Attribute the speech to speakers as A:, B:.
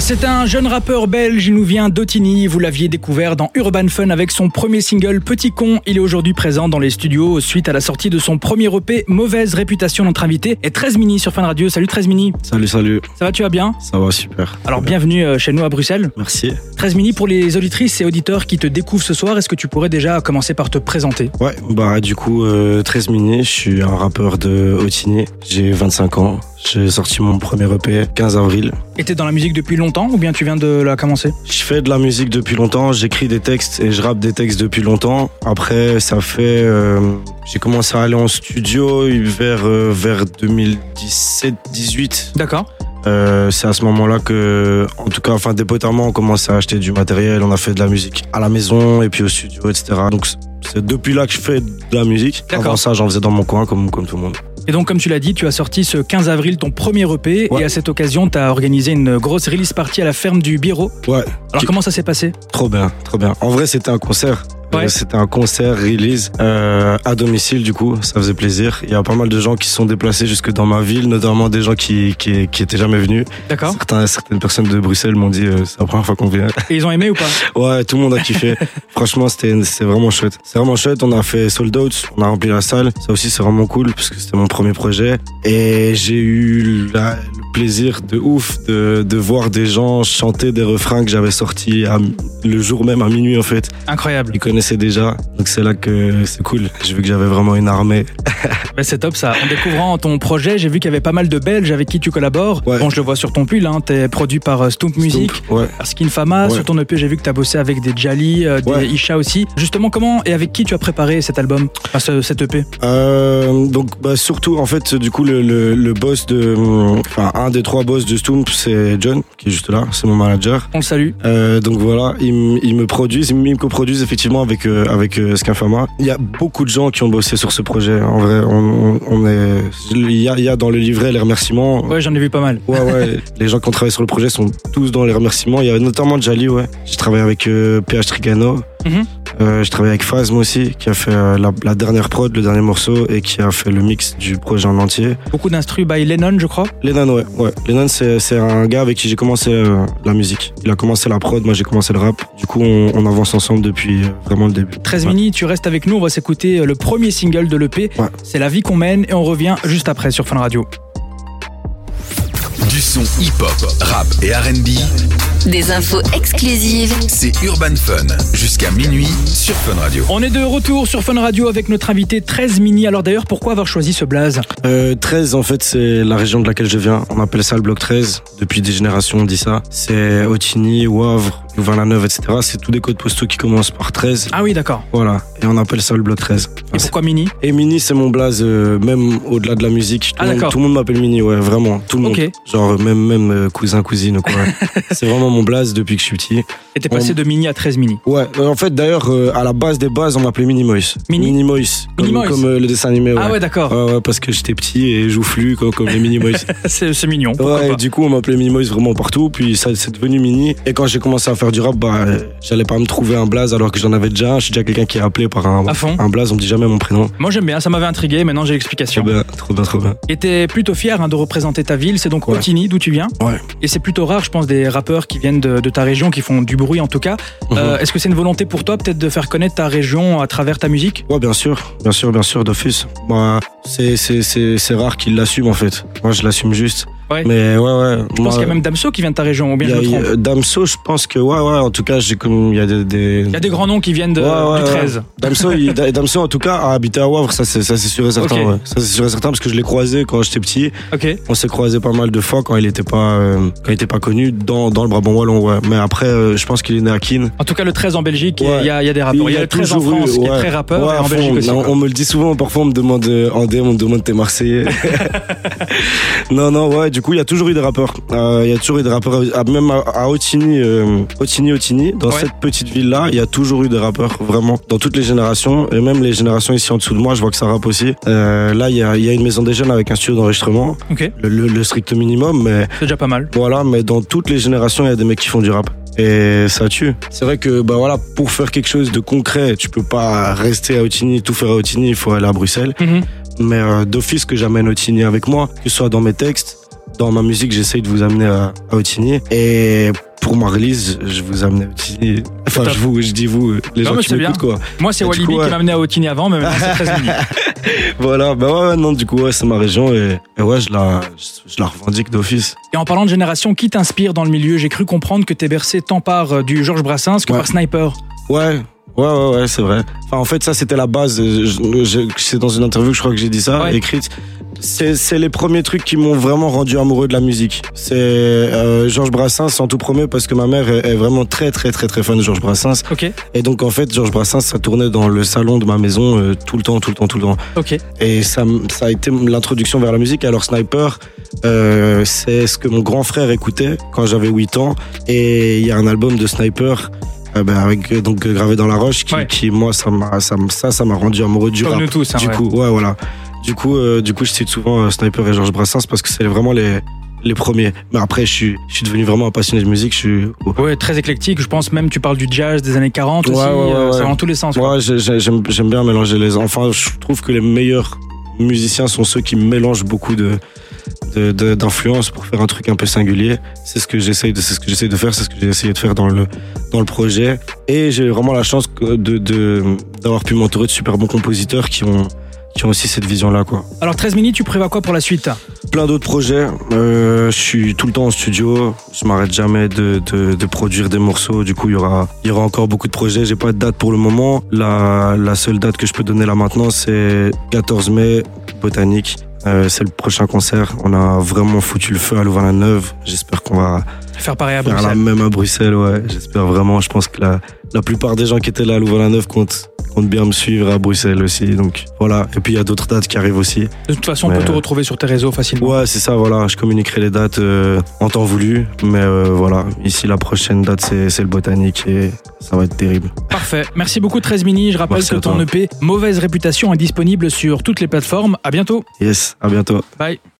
A: C'est un jeune rappeur belge, il nous vient d'Otigny, vous l'aviez découvert dans Urban Fun avec son premier single Petit Con, il est aujourd'hui présent dans les studios suite à la sortie de son premier EP Mauvaise Réputation, notre invité est 13 Mini sur Fun Radio, salut 13 Mini,
B: Salut, salut.
A: ça va tu vas bien
B: Ça va, super.
A: Alors bienvenue euh, chez nous à Bruxelles,
B: Merci.
A: 13 Mini pour les auditrices et auditeurs qui te découvrent ce soir, est-ce que tu pourrais déjà commencer par te présenter
B: Ouais, bah du coup, euh, 13 Mini, je suis un rappeur de Otigny. J'ai 25 ans. J'ai sorti mon premier EP 15 avril.
A: Et t'es dans la musique depuis longtemps ou bien tu viens de la commencer
B: Je fais de la musique depuis longtemps, j'écris des textes et je rappe des textes depuis longtemps. Après, ça fait... euh, j'ai commencé à aller en studio vers, euh, vers 2017-18.
A: D'accord.
B: Euh, c'est à ce moment-là que, en tout cas, enfin, dépotamment, on commence à acheter du matériel, on a fait de la musique à la maison et puis au studio, etc. Donc, c'est depuis là que je fais de la musique.
A: D'accord.
B: Avant ça, j'en faisais dans mon coin, comme, comme tout le monde.
A: Et donc, comme tu l'as dit, tu as sorti ce 15 avril ton premier EP
B: Ouais.
A: et à cette occasion, tu as organisé une grosse release party à la ferme du Biro.
B: Ouais,
A: Alors,
B: Tu-
A: comment ça s'est passé
B: trop bien, trop bien. En vrai, c'était un concert.
A: Ouais.
B: Euh, C'était un concert release euh, à domicile du coup, ça faisait plaisir. Il y a pas mal de gens qui se sont déplacés jusque dans ma ville, notamment des gens qui qui, qui étaient jamais venus.
A: D'accord
B: Certains, certaines personnes de Bruxelles m'ont dit euh, c'est la première fois qu'on vient.
A: Et ils ont aimé ou pas
B: Ouais, tout le monde a kiffé. Franchement, c'était c'était vraiment chouette. C'est vraiment chouette. On a fait sold out, on a rempli la salle. Ça aussi, c'est vraiment cool parce que c'était mon premier projet et j'ai eu la- le plaisir de ouf de, de voir des gens chanter des refrains que j'avais sortis à- le jour même à minuit en fait.
A: Incroyable.
B: Ils connaissaient déjà, donc c'est là que c'est cool. J'ai vu que j'avais vraiment une armée.
A: Bah, c'est top ça. En découvrant ton projet, j'ai vu qu'il y avait pas mal de Belges avec qui tu collabores.
B: Ouais.
A: Bon, je le vois sur ton pull, hein, t'es produit par euh, Stomp Music.
B: Stomp, Ouais.
A: par Skin Fama,
B: Ouais.
A: sur ton EP j'ai vu que t'as bossé avec des Jali, euh, des
B: Ouais.
A: Isha aussi. Justement comment et avec qui tu as préparé cet album, enfin ce- cet E EP
B: Euh, donc bah, surtout en fait du coup le, le, le boss de enfin un des trois boss de Stomp c'est John qui est juste là c'est mon manager
A: On le salue.
B: Euh, donc voilà, ils, m- ils me produisent, ils me coproduisent effectivement avec euh, avec euh, Skinfama. Il y a beaucoup de gens qui ont bossé sur ce projet. hein. En vrai, on, on- on est, il y a, il y a dans le livret les remerciements.
A: Ouais, j'en ai vu pas mal.
B: Ouais ouais, les gens qui ont travaillé sur le projet sont tous dans les remerciements. Il y a notamment Jali ouais. J'ai travaillé avec euh, PH Trigano.
A: Mhm.
B: Euh, je travaille avec Phasm aussi, qui a fait euh, la, la dernière prod, le dernier morceau, et qui a fait le mix du projet en entier.
A: Beaucoup d'instrus by Lennon je crois.
B: Lennon, ouais, ouais. Lennon, c'est c'est un gars avec qui j'ai commencé euh, la musique. Il a commencé la prod, moi j'ai commencé le rap. Du coup, on, on avance ensemble depuis euh, vraiment le début.
A: 13
B: Ouais.
A: mini, tu restes avec nous, on va s'écouter euh, le premier single de l'EP.
B: Ouais.
A: C'est La vie qu'on mène et on revient juste après sur Fun Radio.
C: Du son hip-hop, rap et RB,
D: Des infos exclusives
C: c'est Urban Fun. Jusqu'à minuit sur Fun Radio.
A: On est de retour sur Fun Radio avec notre invité 13 mini. Alors d'ailleurs, pourquoi avoir choisi ce blaze
B: Euh, 13, en fait, c'est la région de laquelle je viens. On appelle ça le bloc 13. Depuis des générations, on dit ça. C'est Otigny, Wavre, Louvain-la-Neuve, etc. C'est tous des codes postaux qui commencent par 13.
A: Ah oui, d'accord.
B: Voilà. Et on appelle ça le bloc 13.
A: Et pourquoi mini
B: Et Mini, c'est mon blaze, euh, même au-delà de la musique. Tout,
A: Ah,
B: le monde-
A: d'accord.
B: tout le monde m'appelle Mini, ouais, vraiment. Tout le
A: Ok.
B: monde. Genre, même, même euh, cousin, cousine, quoi. c'est vraiment mon blaze depuis que je suis petit.
A: Et t'es passé
B: On-
A: de mini à 13 mini.
B: Ouais, euh, en fait, d'ailleurs, euh, à la base des bases, on m'appelait Minimoys.
A: Mini-
B: Minimoys. Comme,
A: Minimoys.
B: comme, euh, le dessin animé, ouais.
A: Ah ouais, d'accord.
B: Ouais, ouais, parce que j'étais petit et joufflu comme, comme les Minimoys.
A: c'est c'est mignon. pourquoi
B: ouais,
A: pas.
B: et du coup, on m'appelait Minimoys vraiment partout, puis ça c'est devenu Mini. Et quand j'ai commencé à faire du rap, bah, euh, j'allais pas me trouver un blaze alors que j'en avais déjà un. Je suis déjà quelqu'un qui est appelé par un,
A: À fond.
B: un blaze, on me dit jamais mon prénom.
A: Moi j'aime bien, ça m'avait intrigué, maintenant j'ai
B: Trop
A: l'explication.
B: bien, trop bien, trop bien.
A: Et t'es plutôt fier hein, de représenter ta ville, c'est donc
B: Ouais.
A: Otigny d'où tu viens.
B: Ouais.
A: Et c'est plutôt rare, je pense, des rappeurs qui viennent de, de ta région, qui font du bruit en tout cas.
B: Mhm.
A: Euh, Est-ce que c'est une volonté pour toi peut-être de faire connaître ta région à travers ta musique
B: Ouais, bien sûr, bien sûr, bien sûr, d'office. Bah, c'est, c'est, c'est, c'est rare qu'il l'assume en fait. Moi, je l'assume juste.
A: Ouais.
B: Mais ouais, ouais.
A: Je pense qu'il y a même Damso qui vient de ta région, ou bien
B: Il y
A: je
B: a-
A: me
B: il y
A: trompe.
B: a- Damso, je pense que ouais, ouais. En tout cas, j'ai comme il y a des, des...
A: Il y a des grands noms qui viennent de,
B: Ouais, ouais,
A: du
B: ouais.
A: 13.
B: Damso, il- Da- Damso, en tout cas, a habité à Wavre, ça c'est, ça c'est sûr et certain.
A: Ok.
B: ouais. Ça c'est sûr et certain parce que je l'ai croisé quand j'étais petit.
A: Ok.
B: On s'est croisé pas mal de fois quand il était pas, euh, quand il était pas connu dans, dans le Brabant wallon. Ouais. Mais après, euh, je pense qu'il est né à Keene.
A: En tout cas, le 13 en Belgique, il
B: Ouais.
A: y, a, il y a des rappeurs. Il y a le 13 en
B: toujours eu-
A: France qui est
B: ouais.
A: très rappeur,
B: Ouais,
A: et en
B: à fond.
A: Belgique aussi.
B: Non,
A: quoi.
B: on me le dit souvent, parfois on me demande euh, en DM, on me demande t'es Marseillais. non, non, ouais, du coup, il y a toujours eu des rappeurs. Euh, Il y a toujours eu des rappeurs, à- même à, à Otigny, euh, Otigny, Otigny, dans
A: Ouais.
B: cette petite ville-là, il y a toujours eu des rappeurs, vraiment, dans toutes les générations, et même les générations ici en dessous de moi, je vois que ça rappe aussi. Euh, là, il y a, il y a une maison des jeunes avec un studio d'enregistrement,
A: Ok,
B: le, le- le strict minimum, mais
A: c'est déjà pas mal.
B: voilà, mais dans toutes les générations, il y a des mecs qui font du rap. Et ça tue. C'est vrai que bah voilà, pour faire quelque chose de concret, tu peux pas rester à Otigny, tout faire à Otigny, il faut aller à Bruxelles.
A: Mhm.
B: Mais euh, d'office que j'amène Otigny avec moi, que ce soit dans mes textes, dans ma musique, j'essaye de vous amener à, à Otigny. Et pour ma release, je vous amène à Otigny. Enfin,
A: Top.
B: je vous, je dis vous, les
A: Non, mais
B: gens qui
A: c'est bien.
B: m'écoutent, quoi.
A: Moi, c'est
B: Et du
A: Walibi
B: coup, ouais.
A: qui m'a amené à Otini avant, mais maintenant, c'est 13 minutes.
B: Voilà, bah ouais, ouais, non, du coup, ouais, c'est ma région et, et ouais, je la, je, je la revendique d'office.
A: Et en parlant de génération, qui t'inspire dans le milieu J'ai cru comprendre que t'es bercé tant par euh, du Georges Brassens que
B: Ouais.
A: par Sniper.
B: Ouais, ouais, ouais, ouais, c'est vrai. Enfin, en fait, ça, c'était la base. Je- je- C'est dans une interview que je crois que j'ai dit ça,
A: Ouais.
B: écrite. C'est c'est les premiers trucs qui m'ont vraiment rendu amoureux de la musique. C'est euh, Georges Brassens en tout premier parce que ma mère est, est vraiment très, très, très, très fan de Georges Brassens.
A: Ok,
B: Et donc, en fait, Georges Brassens, ça tournait dans le salon de ma maison euh, tout le temps, tout le temps, tout le temps.
A: ok.
B: Et ça, m- ça a été l'introduction vers la musique. Alors Sniper, euh, c'est ce que mon grand frère écoutait quand j'avais 8 ans. Et il y a un album de Sniper. euh, ben, avec euh, donc euh, gravé dans la roche qui,
A: Ouais.
B: qui, moi ça m'a ça m- ça ça m'a rendu amoureux du
A: Comme
B: rap
A: nous tous, hein,
B: du
A: ouais.
B: coup ouais voilà du coup euh, du coup je cite souvent euh, Sniper et Georges Brassens parce que c'est vraiment les les premiers mais après je suis je suis devenu vraiment un passionné de musique je suis
A: Ouais, très éclectique. Je pense même tu parles du jazz des années 40
B: Ouais,
A: aussi.
B: ouais, ouais,
A: euh, Ça
B: ouais.
A: va dans tous les sens. quoi.
B: Moi, j'ai- j'ai- j'aime j'aime bien mélanger les. Enfin, je trouve que les meilleurs musiciens sont ceux qui mélangent beaucoup de de- de- d'influences pour faire un truc un peu singulier. C'est ce que j'essaye de, c'est ce que j'essaye de faire, c'est ce que j'ai essayé de faire dans le dans le projet. Et j'ai vraiment la chance que de de- d'avoir pu m'entourer de super bons compositeurs qui ont qui ont aussi cette vision-là, quoi.
A: Alors 13 minutes, tu prévois quoi pour la suite
B: Plein d'autres projets. Euh, je suis tout le temps en studio. Je m'arrête jamais de, de, de produire des morceaux. Du coup, il y aura, il y aura encore beaucoup de projets. J'ai pas de date pour le moment. La, la seule date que je peux donner là maintenant, c'est 14 mai, Botanique. Euh, c'est le prochain concert. On a vraiment foutu le feu à Louvain-la-Neuve. J'espère qu'on va
A: Faire pareil à
B: faire la
A: Bruxelles.
B: même à Bruxelles. Ouais, j'espère vraiment. Je pense que la, la plupart des gens qui étaient là à Louvain-la-Neuve comptent, comptent bien me suivre à Bruxelles aussi. Donc voilà. Et puis il y a d'autres dates qui arrivent aussi.
A: De toute façon, on peut
B: Ouais.
A: te retrouver sur tes réseaux facilement.
B: Ouais, c'est ça, voilà. Je communiquerai les dates euh, en temps voulu. Mais euh, voilà, ici, la prochaine date, c'est c'est le botanique et ça va être terrible.
A: Parfait. Merci beaucoup 13 mini. Je rappelle
B: Merci
A: que
B: à
A: ton E
B: toi.
A: EP Mauvaise réputation est disponible sur toutes les plateformes. À bientôt.
B: Yes, à bientôt.
A: Bye.